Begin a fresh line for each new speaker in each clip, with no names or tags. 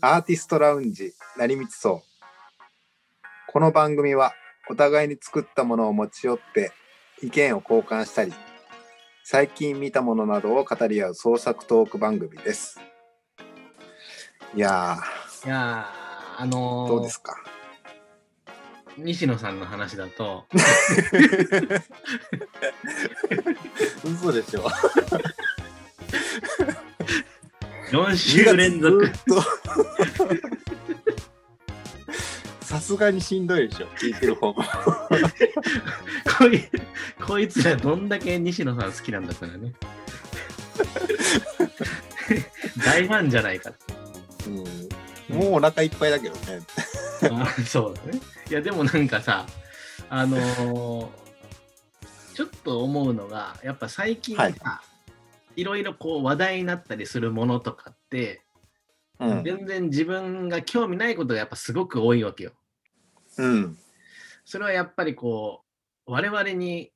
アーティストラウンジ成光荘この番組はお互いに作ったものを持ち寄って意見を交換したり最近見たものなどを語り合う創作トーク番組ですいや
いやーあ
ーどう
の
で
ー
すか
西野さんの話 だと、
嘘でしょ。
4週
ず
連続
ー、っと
さすがにしんどいでしょ。聞いてる方も。
こいこいつらどんだけ西野さん好きなんだからね。大ファンじゃないかって
うんもうお腹いっぱいだけどね
あ そうだね。いや、でもなんかさ、あのーちょっと思うのが、やっぱ最近さ、
はい
い、ろいろこう話題になったりするものとかって、
うん
全然自分が興味ないことがやっぱすごく多いわけよ。
うん
それはやっぱりこう我々に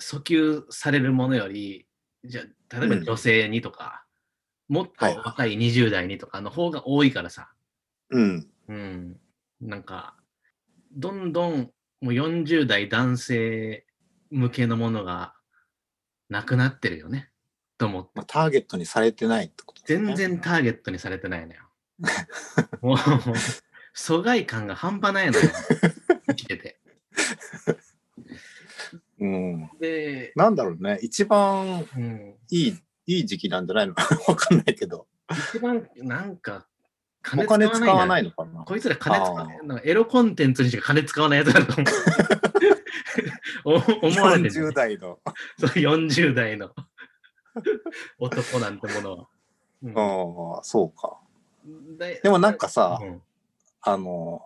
訴求されるものよりじゃあ例えば
うん
女性にとか、もっと
はい
若い20代にとかの方が多いからさ、
うん
うん、なんかどんどんもう40代男性向けのものがなくなってるよねと思って
まあ、ターゲットにされてないってことだよね、
全然ターゲットにされてな いのよ。もう疎外感が半端ないのよ生きてて。
うん、
で、
なんだろうね一番
うん、
いいいい時期なんじゃないの わかんないけど
一番なんか
お金使わ
い
な
ない
のかな
こいつら金使わないなんかエロコンテンツにしか金使わないやつだと 思うお思われてる、
40代の、
そう40代の男なんてものは、うん
うん、そうか
で
でもなんかさ、
うん
あの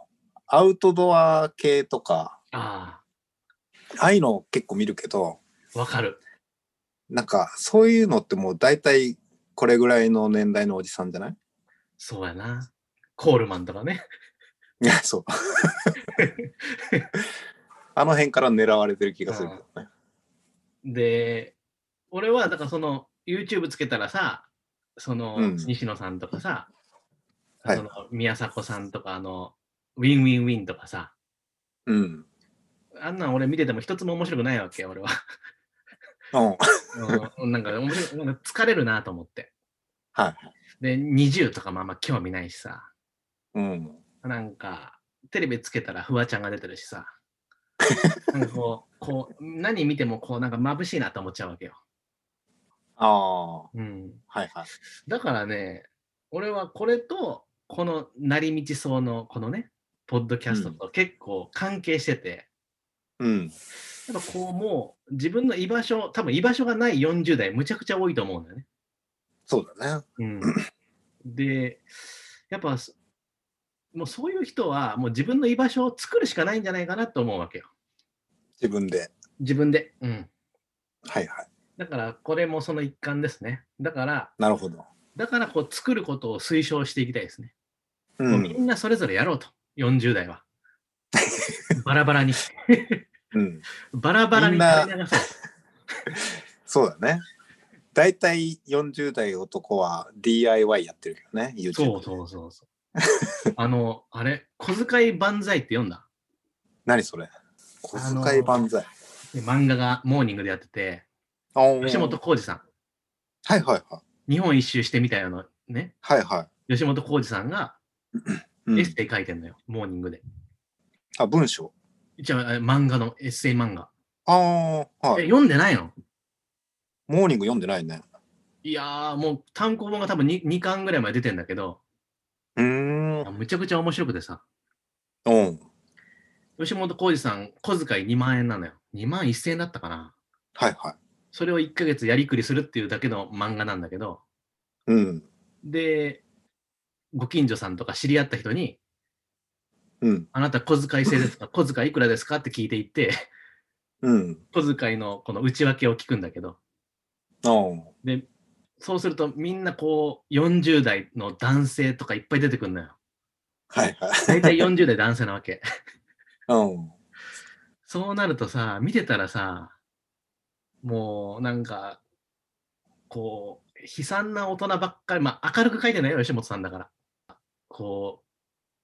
アウトドア系とか
あ
ああいうの結構見るけど
あわかる
なんかそういうのってもう大体これぐらいの年代のおじさんじゃない
そうやなコールマンとかね
いやそう あの辺から狙われてる気がするけどね
で俺はだからその YouTube つけたらさその、
うん
西野さんとかさ、
はい
その宮迫さんとかあのウィンウィンウィンとかさ
うん
あんなん俺見てても一つも面白くないわけよ俺は、
うん
うん、なんか面白いなんか疲れるなと思って
はい
で20とかもあんま興味ないしさ
うん
なんかテレビつけたらフワちゃんが出てるし さなんかこうこう何見てもこうなんか眩しいなと思っちゃうわけよ、
ああは
うん、
いはい
だからね、俺はこれと、この成り道そうのこのね、ポッドキャストと結構関係してて、
うん
やっぱこうもう自分の居場所、多分居場所がない40代、むちゃくちゃ多いと思うんだよね。
そうだね
うん、で、やっぱそもうそういう人はもう自分の居場所を作るしかないんじゃないかなと思うわけよ。
自分で
自分で。うん。
はいはい
だからこれもその一環ですね。だから、
なるほど
だからこう作ることを推奨していきたいですね。
う
もうみ
ん、
んなそれぞれやろうと、40 代は。バラバラに、
うん、
バラバラに
みんな
垂れ流そう。
そうだね大体40代男は DIY やってるけどね YouTube
そうそうそうそう。あの、あれ、小遣い万歳って読んだ
何それ小遣い万歳
で漫画がモーニングでやってて、
あー
吉本浩二さん、
はいはいはい
日本一周してみたよのね、
はいは
吉本浩二さんが
い、うん
エッセイ書いてんのよ、モーニングで。
あ文章
一応、あ漫画の、エッセイ漫画。
ああは
え
い
読んでないの
モーニング読んでないね
いやー、もう単行本が多分 2, 2巻ぐらいまで出てんだけど、
うーん
むちゃくちゃ面白くてさ。
うん
吉本浩二さん、小遣い2万円なのよ。2万1000円だったかな。
はいはい
それを1ヶ月やりくりするっていうだけの漫画なんだけど、
うん
で、ご近所さんとか知り合った人に、
うん
あなた小遣い制ですか 小遣いいくらですかって聞いていって、
うん
小遣いのこの内訳を聞くんだけど、
あー
で、そうするとみんなこう40代の男性とかいっぱい出てくるのよ。
はいはい
大体40代男性なわけ。
うん
そうなるとさ、見てたらさ、もうなんか、こう、悲惨な大人ばっかり、まあ明るく書いてないよ、吉本さんだから。こう、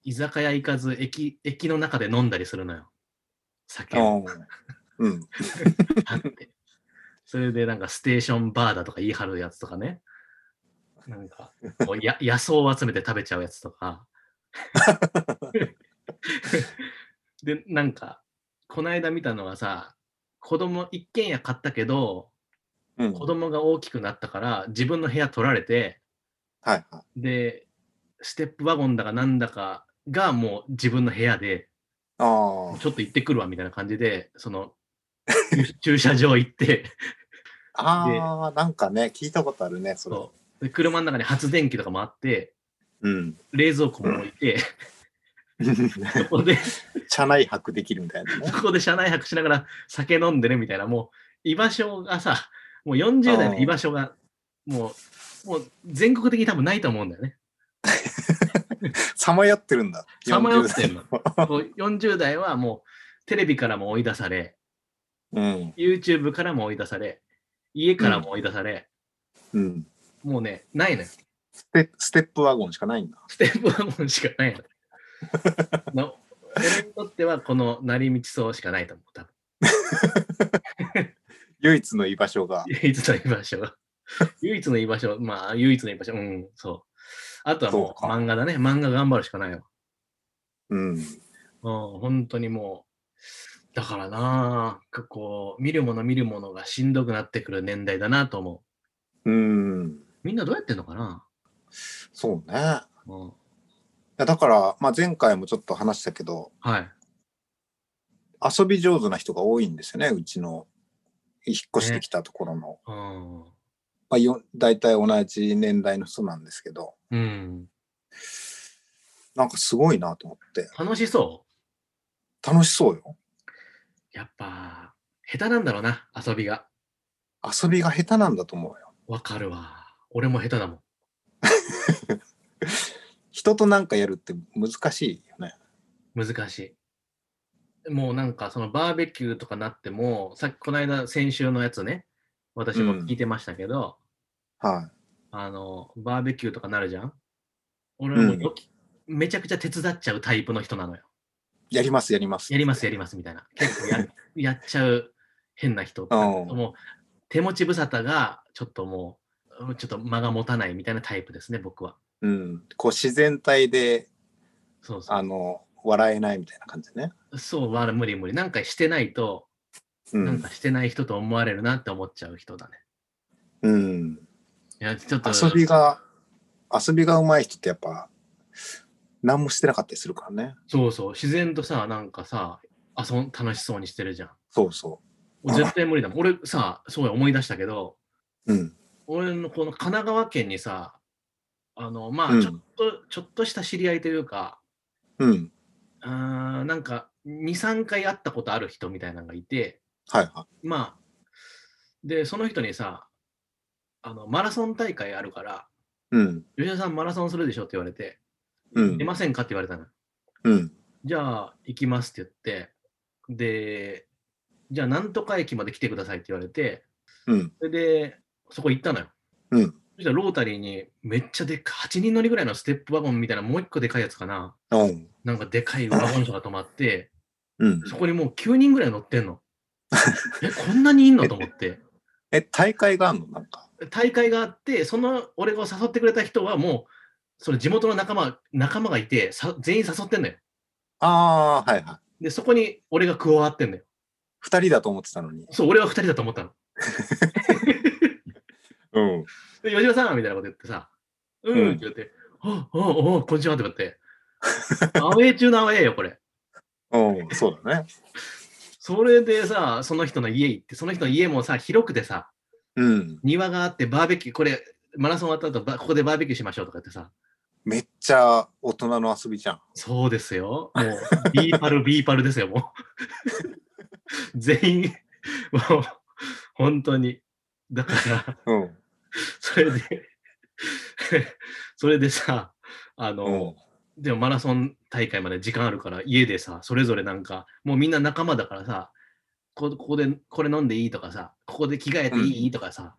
居酒屋行かず駅、駅の中で飲んだりするのよ。酒を。
うんうん。
あって。それでなんかステーションバーだとか言い張るやつとかね。なんかこうや 野草を集めて食べちゃうやつとか。 で、なんか、こないだ見たのはさ、子供一軒家買ったけど、
うん。
子
はい
供が大きくなったから自分の部屋取られて、
はい。
で、ステップワゴンだかなんだかがもう自分の部屋で、
あー
ちょっと行ってくるわみたいな感じで、その、駐車場行って、
あー、なんかね、聞いたことあるね、それ。
そうで車の中に発電機とかもあって
うん。
冷蔵庫も置い て、そこで
車内泊できるみたいなね。
そこで車内泊しながら酒飲んでねみたいなもう居場所がさもう40代の居場所がもうもう全国的に多分ないと思うんだよね。
さまよってるんだ。
さまよってん
る。
の。こう40代はもうテレビからも追い出され、
うん。
YouTube からも追い出され、家からも追い出され、
うん。
もうね、ないのよ。
ステステップワゴンしかないんだ。
ステップワゴンしかないの。 な俺にとってはこの成道層しかないと思う、多分
唯一の居場所が。
唯一の居場所。唯一の居場所。まあ、唯一の居場所。うん、そう。あとはもう
そうか
漫画だね。漫画頑張るしかないよ。
うん。
うん、本当にもう。だからなあ、こう、見るもの見るものがしんどくなってくる年代だなと思
うん。
う。みんなどうやってんのかな
そうね。いや
うん。
だから、まあ、前回もちょっと話したけど、
はい。
遊び上手な人が多いんですよね、うちの引っ越してきたところの。
うん。
まあ、よ大体同じ年代の人なんですけど、
うん。
なんかすごいなと思って。
楽しそ
楽しそうよ。
う。やっぱ、下手なんだろうな、遊びが。
遊びが下手なんだと思うよ。
わかるわ。俺も下手だもん。
人となんかやるって難しいよね。
難しい。もうなんかそのバーベキューとかなっても、さっきこの間先週のやつね、私も聞いてましたけど、
は
あの、バーベキューとかなるじゃん俺はもうドキ、めちゃくちゃ手伝っちゃうタイプの人なのよ。
い。やります、やります。
やりますやりますみたいな。結構や やっちゃう変な人。
うん
もう手持ち無沙汰がちょっともう、うんちょっと間が持たないみたいなタイプですね、僕は。
うん。こう自然体で、
そうそ
あの、笑えないみたいな感じね。
う。そうは無理無理。なんかしてないと、
う
なん
ん。
かしてない人と思われるなって思っちゃう人だね。
うん、
いや、ちょっと、
遊びが、遊びが上手い人ってやっぱ、何もしてなかったりするからね。
そうそう、自然とさ、なんかさ、あそん楽しそうにしてるじゃん。
そうそ
俺絶対無理だもん。俺さ、そうや思い出したけど、
う。うん。
俺のこの神奈川県にさ、あの、
う
まあ、
ん
ちょっと、ちょっとした知り合いというか、
うん。
あーなんか、2、3回会ったことある人みたいなのがいて、
はいは
まあ、で、その人にさ、あの、マラソン大会あるから、
い。うん。
吉田さんマラソンするでしょって言われて、
うん
出。ませんかって言われたの。
うん。
じゃあ行きますって言って、で、じゃあなんとか駅まで来てくださいって言われて、
うん。
それで、そこ行ったのよ。
うん。
そしたらロータリーにめっちゃでっかい、8人乗りぐらいのステップワゴンみたいな、もう一個でかいやつかな。
うん。
なんかでかいワゴン車が止まって、
うん。
そこにもう9人ぐらい乗っ てんの。え、こんなにいんのと思って。
え、大会があるのなんか。
大会があって、その俺が誘ってくれた人はもう、その地元の仲間、仲間がいて、さ全員誘ってんのよ。
ああ、はいはい。
で、そこに俺が加わってんのよ。
二人だと思ってたのに。
そう、俺は2人だと思ったの。
うん。
で吉田さんみたいなこと言ってさ、うん、
うん
って言って、あおおおこんにちはって思って。アウェー中のアウェーよ、これ。
うん。そうだね。
それでさ、その人の家行って、その人の家もさ、広くてさ、
うん。
庭があって、バーベキュー、これ、マラソン終わった後、ばここでバーベキューしましょうとか言ってさ、
めっちゃ大人の遊びじゃん。
そうですよ。もう、ビーパル、ビーパルですよ、もう。 全員、もう、本当に。だから、
うん。
それで、それでさ、あの、でもマラソン大会まで時間あるから、家でさ、それぞれなんか、もうみんな仲間だからさ、こここでこれ飲んでいいとかさ、ここで着替えていいとかさ、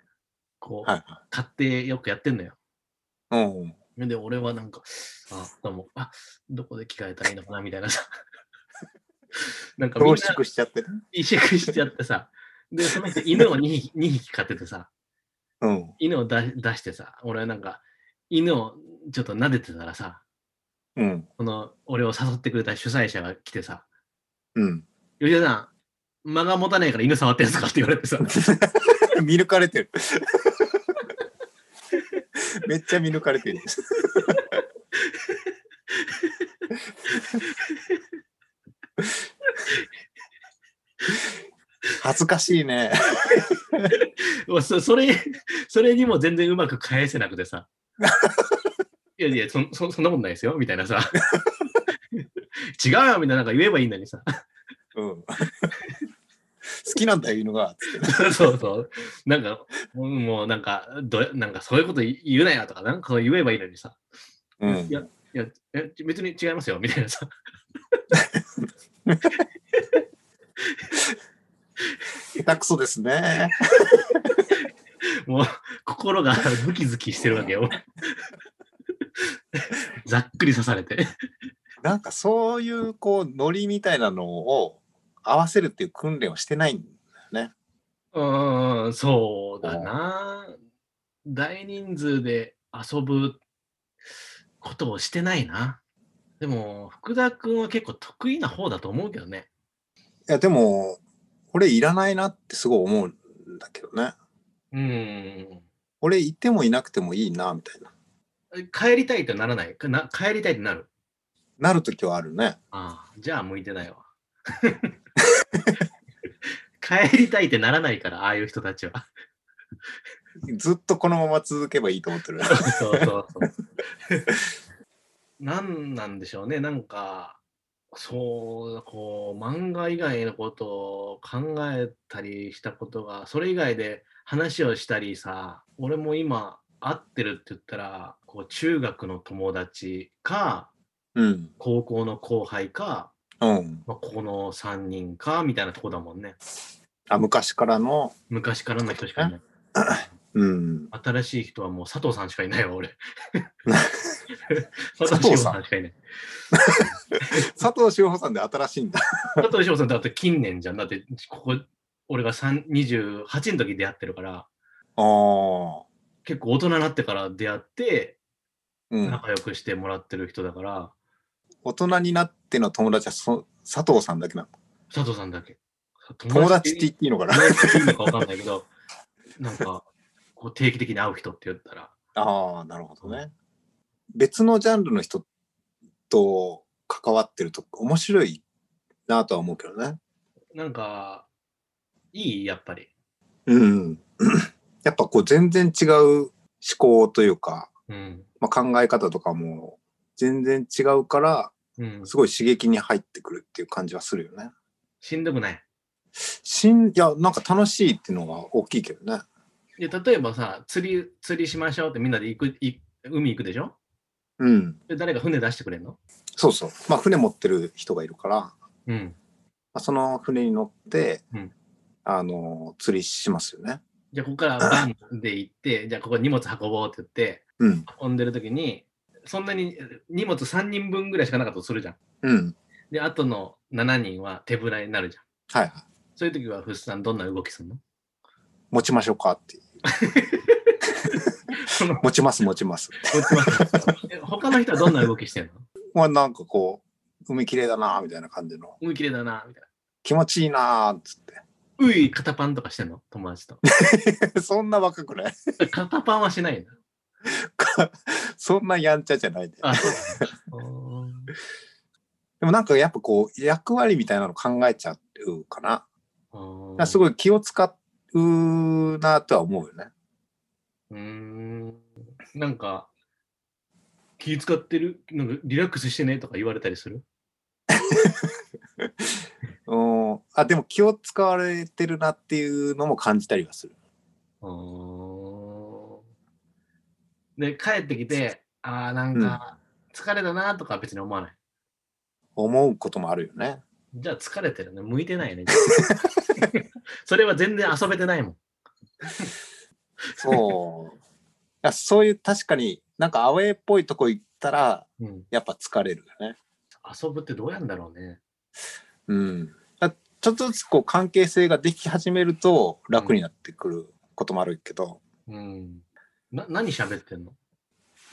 こう、
はい
買ってよくやってんのよ。
はい。うん。
で、俺はなんか、あ、どうも、あ、どこで着替えたらいいのかなみたいなさ。 なんかみん
同
な
縮しちゃってる。
移植しちゃってさ。で、その人犬を2匹 ,2 匹飼っててさ、
うん。
犬を出出してさ、俺はなんか、犬をちょっと撫でてたらさ、
うん。
この俺を誘ってくれた主催者が来てさ、
うん。
吉田さん、間が持たないから犬触ってんすかって言われ てさ、
見抜かれてる。 めっちゃ見抜かれてる。恥ずかしいね。
もうそそれ、それにも全然うまく返せなく てさ、いやいや、そんそんそんなことないですよ、みたいなさ、 違うよ、みたいな、なんか言えばいいの にさ、
うん。好きなんだよ、犬が。
そうそう、なんか、うんもうなんかど、なんかそういうこと言うなよとか、なんかそう言えばいいのにさ、
うん
い。や、いや、え別に違いますよ、みたいなさ。
下手くそですね。
もう心がズキズキしてるわ けよ。ざっくり刺されて。
なんかそういうこうノリみたいなのを合わせるっていう訓練をしてないん
うーん、そうだな。大人数で遊ぶことをしてないな。でも、福田君は結構得意な方だと思うけどね。
いやでも俺いらないなってすごい思うんだけどね。
うーん。
俺いてもいなくてもいいなみたいな。
帰りたいってならないかな帰りたいってなる。
なる時はあるね。
ああ、じゃあ向いてないわ。 帰りたいってならないから、ああいう人たちは。
ずっとこのまま続けばいいと思ってる。
そうそうそう。なんなんでしょうね、なんか、そう、こう、漫画以外のことを考えたりしたことが、それ以外で話をしたりさ、俺も今、会ってるって言ったら、こう、中学の友達か、
うん。
高校の後輩か、
うん。
まあ、この3人か、みたいなとこだもんね。
あ昔からの。
昔からの人しかいない。
うん。
新しい人はもう佐藤さんしかいないわ、俺。
佐藤
志
さん
保しかいない。
佐藤志保さんで新しいんだ。
佐藤翔さんだって近年じゃん。だって、ここ、俺が3 28の時出会ってるから、
ああ。
結構大人になってから出会って、
うん。
仲良くしてもらってる人だから、
大人になっての友達はそ佐藤さんだけなの。
佐藤さんだけ。
友達って言っていいのかな。
友達っていいのか分かんないけど、なんか、こう定期的に会う人って言ったら、
ああ、なるほどね。別のジャンルの人と関わってると面白いなとは思うけどね。
なんか、いいやっぱり。
うん。やっぱこう全然違う思考というか、
うん。
まあ、考え方とかも全然違うから、
うん。
すごい刺激に入ってくるっていう感じはするよね。
しんどくない。
しん、いや、なんか楽しいっていうのが大きいけどね。
で例えばさ、釣り、釣りしましょうってみんなで行く、い海行くでしょ
うん。
で、誰か船出してくれんの
そうそう。まあ船持ってる人がいるから、ま
うん。
あ、その船に乗って、
うん
あの、釣りしますよね。
じゃあここからバンで行って、じゃあここに荷物運ぼうって言って、
うん。
運んでる時に、そんなにえー荷物3人分ぐらいしかなかったとするじゃん。
うん。
で、あとの7人は手ぶらになるじゃん。
はいはい。
そういう時は、フッさん、どんな動きするの
持ちましょうかって。
その
持ちます、持ちます。
こっちはえ他の人はどんな動きしてんの
まあなんかこう、海綺麗だなみたいな感じの。
海綺麗だな、みたい
気持ちいいなっつっ
な。うい、肩パンとかしてんの友達と。
て。 そんな若くない
肩パンはしないの。
そんなやんちゃじゃないで。
あ、そうなんだ
でもなんかやっぱこう、役割みたいなの考えちゃうかな。だか
あー。
らす
い。
ごい気を使うなとは思うよね。
うーん。なんか、気使ってるなんかリラックスしてねとか言われたりする
うん。あ、でも気を使われてるなっていうのも感じたりはする。
うーんで、帰ってきて、ああ、なんか、疲れたなとか別に思わない。
思うこともあるよね。
じゃあ疲れてるね。向いてないね。それは全然遊べてないもん。
そう。いやそういう確かになんかアウェーっぽいとこ行っったら、
うん、
やっぱ疲れるよね。
遊ぶってどうやんだろうね。
うん。だちょっとずつこう関係性ができ始めると楽になってくることもあるけど、
うん。な、何喋ってんの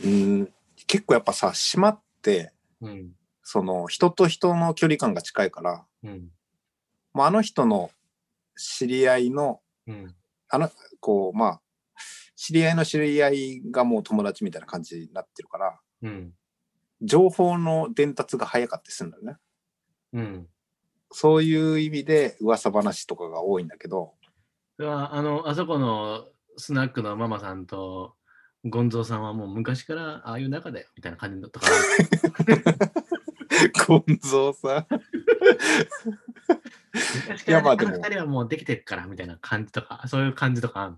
うん、結構やっぱさ、島って、
うん。
その人と人の距離感が近いから、
うん。
もうあの人の知り合いの、
うん。
こう、まあ、知り合いの知り合いがもう友達みたいな感じになってるから、
うん。
情報の伝達が早かったりするんだよね。
うん。
そういう意味で噂話とかが多いんだけど、
それは、あの、あそこのスナックのママさんと、ゴンゾーさんはもう昔からああいう仲だよみたいな感じだったから、
ゴンゾーさん。い
昔から、
やまあで
ね、あ
も
の二人はもうできてるからみたいな感じとか、そういう感じとかある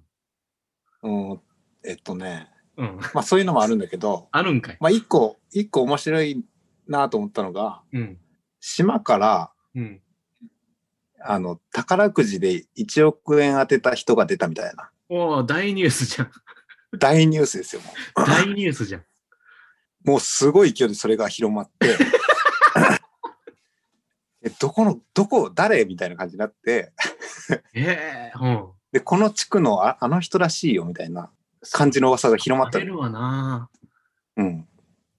うん、えっとね、
うん。
まあそういうのもあるんだけど、
あるんかい。
まあ一個、一個面白いなと思ったのが、
うん。
島から、
うん。
あの、宝くじで1億円当てた人が出たみたいな。
おお、大ニュース じゃん。
大ニュースですよ、も
大ニュースじゃん。
う。もうすごい勢いでそれが広ま って、えどこの、どこ、誰みたいな感じになって、
ええうん。
で、この地区のああの人らしいよみたいな感じの噂が広まった
食べ
の
るわな。
うん。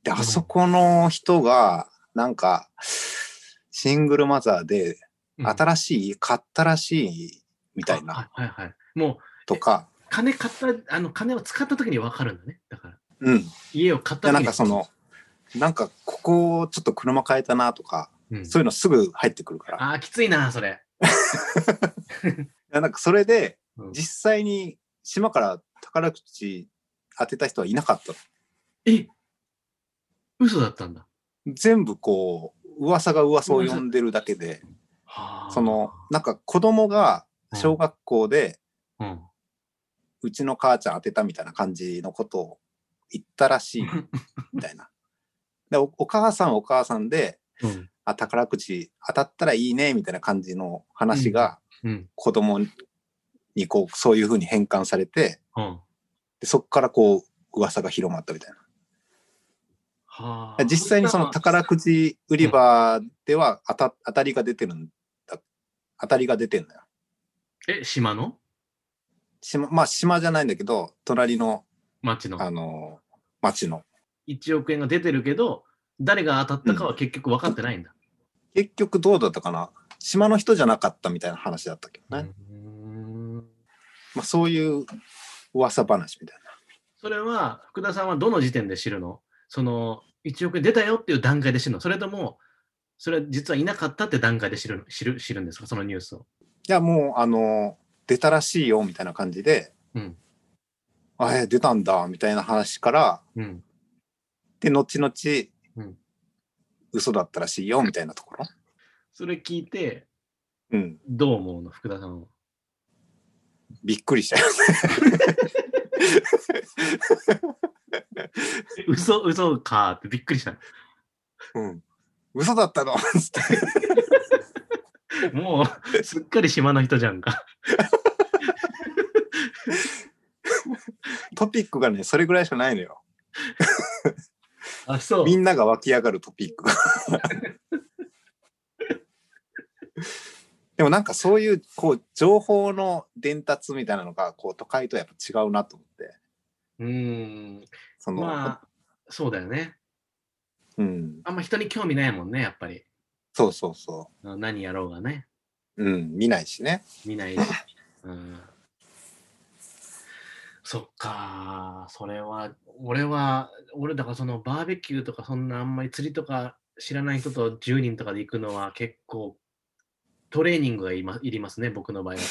で、
ん
あそこの人が、なんか、シングルマザーで、
うん
新しい、買ったらしい、みたいな、。
あはいはいはい。も
とか、
う、金買った、あの、金を使った時に分かるんだね。だから、
うん。
家を買った
で、
時に。
なんかその、なんか、ここ、ちょっと車変えたなとか、
うん、
そういうのすぐ入ってくるから。
ああ、きついな、それ。
でなんか、それで、
うん
実際に、島から宝くじ当てた人はいなかったの。
え嘘だったんだ。
全部こう、噂が噂を呼んでるだけで、
はあ
その、なんか子供が小学校で、
うん。
うちの母ちゃん当てたみたいな感じのことを言ったら しいみたいな。でおお母さんはお母さんで
うん。
あ宝くじ当たったらいいねみたいな感じの話が
うん。
子供にこうそういうふうに変換されて
うん。は
でそこからこう噂が広まったみたい
あ
な。実際にその宝くじ売り場では当た当たりが出てるんだ当たりが出てんだよ。
え、島の
島まあ島じゃないんだけど隣の
町の
あ。の町の
1億円が出てるけど、誰が当たったかは結局分かってないんだ。
結局どうだったかな島の人じゃなかったみたいな話だったけどね、
うーん
まあ、そういう噂話みたい
それは福田さんはどの時点で知るのその1億円出たよっていう段階で知るのそれともそれは実はいなかったって段階で知る知る知るんですかそのニュースを。
ないやもうあの出たらしいよみたいな感じで
うん。
あえ出たんだみたいな話から
うん。
で後々、
うん
嘘だったらしいよみたいなところ
それ聞いて
うん
どう思うの福田さんは。
びっくりしたよ
え嘘嘘かーってびっくりした。
うん嘘だったの っつって
もうすっかり島の人じゃんか。
トピックがねそれぐらいしかないのよ
あそう
み。んなが湧き上がるトピックが。 でもなんかそういうこう情報の伝達みたいなのがこう都会とやっぱ違うなと思って
うーん。
その、
まあそうだよね。
うん
あんま人に興味ないもんねやっぱり。
そうそうそ
何やろうがね。
ううん見ないしね
見ないし。うん、そっかー、それは、俺は、俺だからそのバーベキューとかそんなあんまり釣りとか知らない人と10人とかで行くのは結構トレーニングがい,、ま、いりますね、僕 の場合は。い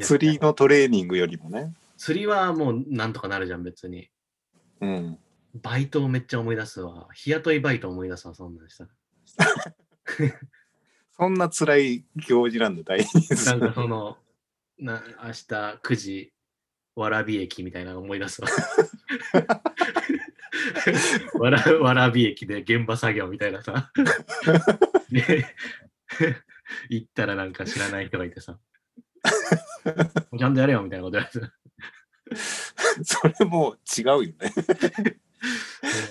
や
釣りのトレーニングよりもね
釣りはもうなんとかなるじゃん、別に。
うん
バイトをめっちゃ思い出すわ。日雇いバイト思い出すわ、そんなんでしたら。
そんな辛い行事なんだ大事です
なんかその、な明日9時、わらび駅みたいなの思い出すわ。 わらわらび駅で現場作業みたい なさ。で、行 ったらなんか知らない人がいてさ。ちゃんとやれよみたいなことやる。
それもう違うよね。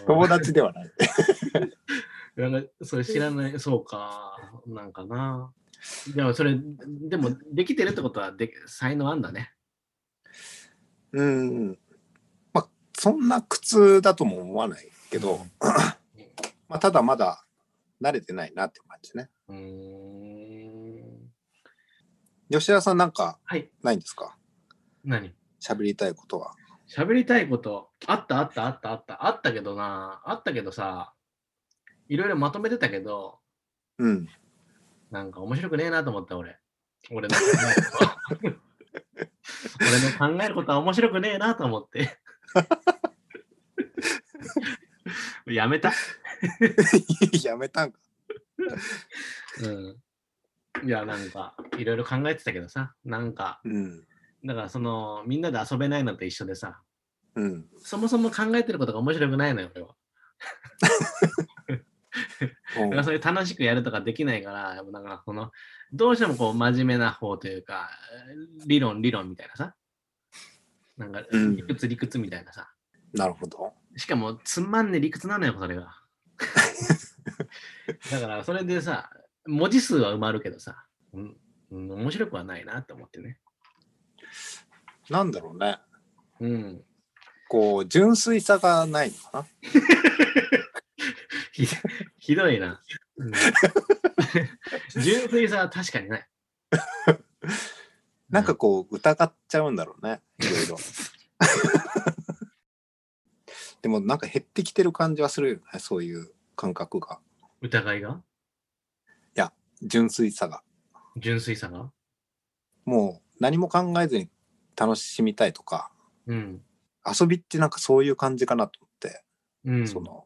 友達ではない。
なんかそれ知らない、そうか、なんかな。でもそれ、でもできてるってことはで才能あんだね。
うん。まあ、そんな苦痛だとも思わないけど、まあ、ただまだ慣れてないなって感じね。
うーん。
吉田さんなんか
はい、
ないんですか
何
喋りたいことは。
喋りたいこと、あったあったあったあった、あったけどな、あったけどさ、いろいろまとめてたけど、
うん。
なんか面白くねえなと思った俺。俺の考えること俺の考えることは面白くねえなと思って。やめた。
やめたんか。
うん。いや、なんか、いろいろ考えてたけどさ、なんか、
うん。
だからその、みんなで遊べないのと一緒でさ、
うん。
そもそも考えてることが面白くないのよ、俺は。だからそれ楽しくやるとかできないから、やっぱなんかこの、どうしてもこう真面目な方というか、理論理論みたいなさ、なんか
うん
理屈理屈みたいなさ、
なるほど。
しかもつまんねえ理屈なのよ、そ れが。だからそれでさ、文字数は埋まるけどさ、うんうん面白くはないなと思ってね。
なんだろうね。
うん。
こう、純粋さがないのかな。
ひひどいな。うん 純粋さは確かにない。
なんかこう疑っちゃうんだろうねいろい ろでもなんか減ってきてる感じはするよねそういう感覚が
疑いが
純粋さが
純粋さが
もう何も考えずに楽しみたいとか
うん。
遊びってなんかそういう感じかなと思って、
うん。
その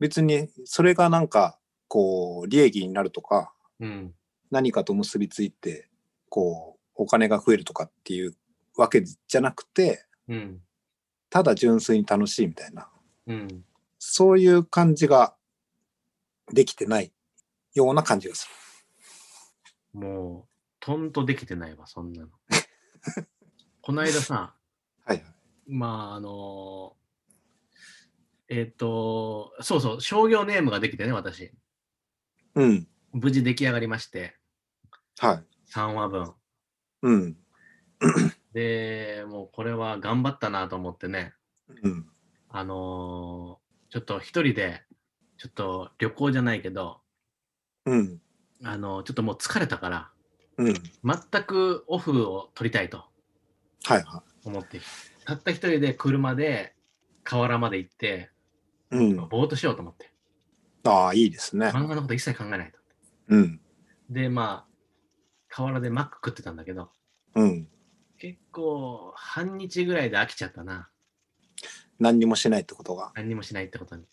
別にそれがなんかこう利益になるとか
うん。
何かと結びついてこうお金が増えるとかっていうわけじゃなくて
うん。
ただ純粋に楽しいみたいな
うん。
そういう感じができてないような感じがす
もう、とんとできてないわ、そんなの。この間さ、
る。はいはい。
まあ、あのえっ、と、そうそう、商業ネームができてね、私。
うん。
無事出来上がりまして、
はい。
3話分。
うん。
で、もうこれは頑張ったなと思ってね、
うん。
あのちょっと一人で、ちょっと旅行じゃないけど、
うん。
あのちょっともう疲れたから、
うん。
全くオフを取りたいと。
はいは
思ってたった一人で車で河原まで行って
い。うん。
ぼーっとしようと思って
ああ、いいですね。
漫画のこと一切考えないと
うん。
でまあ河原でマック食ってたんだけど
うん。
結構半日ぐらいで飽きちゃったな
何にもしないってことが。
何にもしないって ことに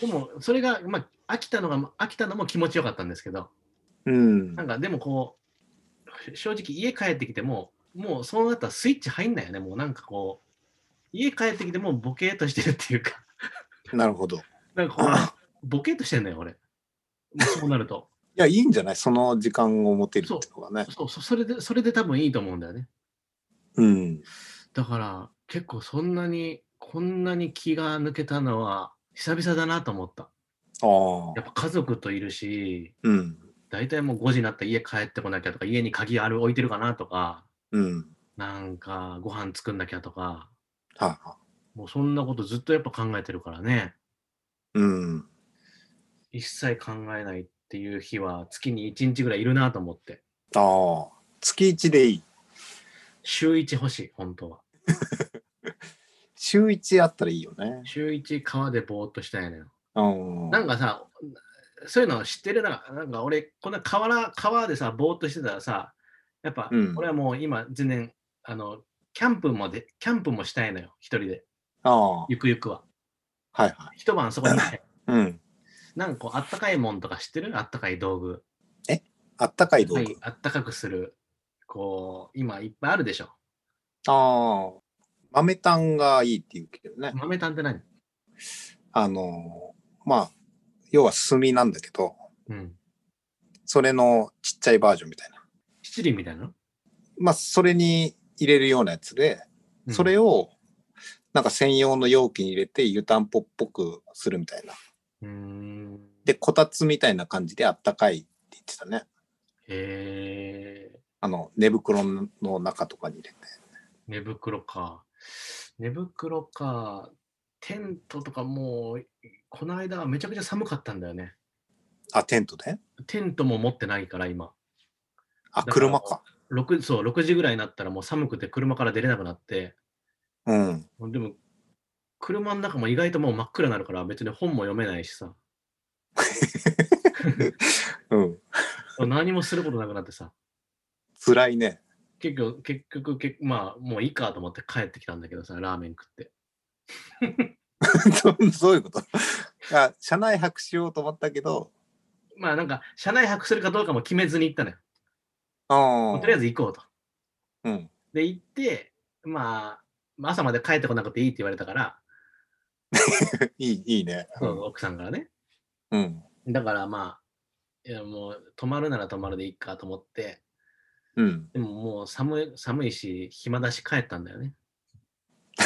でもそれがまあ飽きたのが飽きたのも気持ちよかったんですけど
うん
な。んかでもこう正直家帰ってきてももうそうなったらスイッチ入んないよねもうなんかこう家帰ってきてもうボケーっとしてるっていうか
なるほ ど。い
なんかこう、ボケっとしてんのよ、俺。もうそうなると。
や、いいんじゃないその時間を持てるってのがね。
そうそ、それで、それで多分いいと思うんだよね。
うん。
だから、結構そんなに、こんなに気が抜けたのは、久々だなと思った。
あ
や
あ。
っぱ家族といるし、
うん。
大体もう5時になったら家帰ってこなきゃとか、家に鍵ある置いてるかなとか、
うん。
なんかご飯作んなきゃとか、
はいは
もうそんなことずっとやっぱ考えてるからね、
い。うん。
一切考えないっていう日は月に1日ぐらいいるなと思って、
ああ。月1でいい。
週1欲しい、本当は。
週1あったらいいよね。
週一川でぼーっとしたいのよ。
うん。
なんかさ、そういうの知ってるな。なんか俺、こんな川な川でさ、ぼーっとしてたらさ、やっぱ
うん
俺はもう今全然、あの、キャンプもで、キャンプもしたいのよ、一人で。
ああ。はい
ゆくゆくは。
はい。
一晩そこに いて。
うん。
なんかこう、あったかいもんとか知ってるあったかい道具。
あったかい道具。
はい、あったかくする。こう、今いっぱいあるでしょ。
ああ、豆炭がいいって言うけどね。
豆炭って何
あのー、まあ、要は炭なんだけど、
うん。
それのちっちゃいバージョンみたいな。
七輪みたいなの
まあ、それに入れるようなやつで、それをなんか専用の容器に入れて湯たんぽっぽくするみたいな。
うん。
で、こたつみたいな感じであったかいって言ってたね。
へえ。
あの、寝袋の中とかに入れて。
寝袋か。寝袋か。テントとかもう、この間めちゃくちゃ寒かったんだよね。
あ、テントで
テントも持ってないから今。
あ、
だから
車か。
6, そう6時ぐらいになったらもう寒くて車から出れなくなって、
うん。
でも車の中も意外ともう真っ暗になるから別に本も読めないしさ、
うん。
何もすることなくなってさ、
辛いね。
結局、結局、結 まあもういいかと思って帰ってきたんだけどさ、ラーメン食って。
どそういうこと あ車内泊しようと思ったけど、
まあなんか車内泊するかどうかも決めずに行ったのよ。
あ
もうとりあえず行こうと。
うん。
で、行って、まあ、朝まで帰ってこなくていいって言われたから、
いい、いいね。
そう奥さんからね。
うん。
だからまあ、いやもう泊まるなら泊まるでいいかと思って、
うん。
でももう寒い寒いし、暇だし帰ったんだよね。で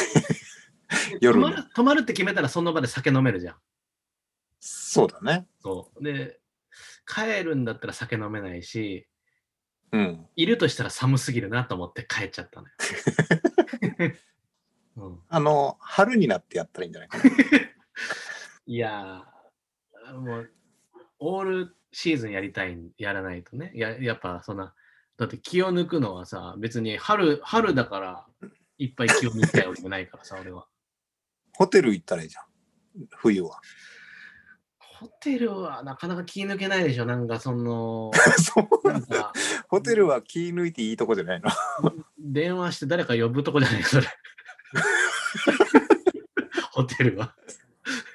泊
夜
ま
の
る泊まるって決めたらその場で酒飲めるじゃん。
そうだね。
そうで、帰るんだったら酒飲めないし、
うん。
いるとしたら寒すぎるなと思って帰っちゃったの よ。うん、
あの、春になってやったらいいんじゃないかな。
いやー、もう、オールシーズンやりたいん、やらないとね。ややっぱそんな、だって気を抜くのはさ、別に春、春だから、いっぱい気を抜きたいわけじゃないからさ、俺は。
ホテル行ったらいいじゃん。冬は。
ホテルはなかなか気抜けないでしょ、なんかその、
そう
なんか
ホテルは気抜いていいとこじゃないの。
電話して誰か呼ぶとこじゃないそれ。 ホテルは。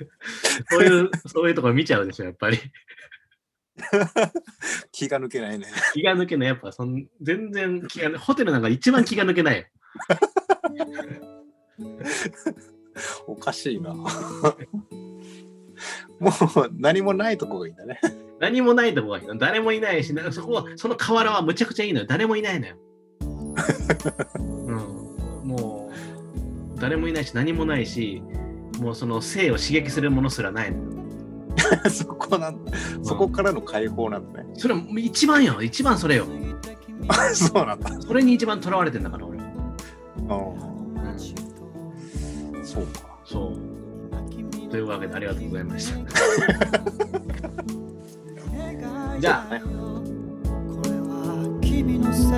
そういう、そういうとこ見ちゃうでしょ、やっぱり。
気が抜けないね。
気が抜けない、やっぱそん、全然気が抜、ホテルなんか一番気が抜け ないよ。
おかしいな。もう何もないとこがいいんだね。
何もないとこがいいの。誰もいないし、なんかそこは、その河原はむちゃくちゃいいのよ。誰もいな いのよ。うん。もう、誰もいないし、何もないし、もうその性を刺激するものすらないのよ。
そこなんそこからの解放なんだね。
それは一番よ、一番それよ。
そうなんだ。
それに一番とらわれてんだから、俺。
う
うん
ん、そうか。
そう。 というわけでありがとうございま した。
じ
じゃあ
これは君のせ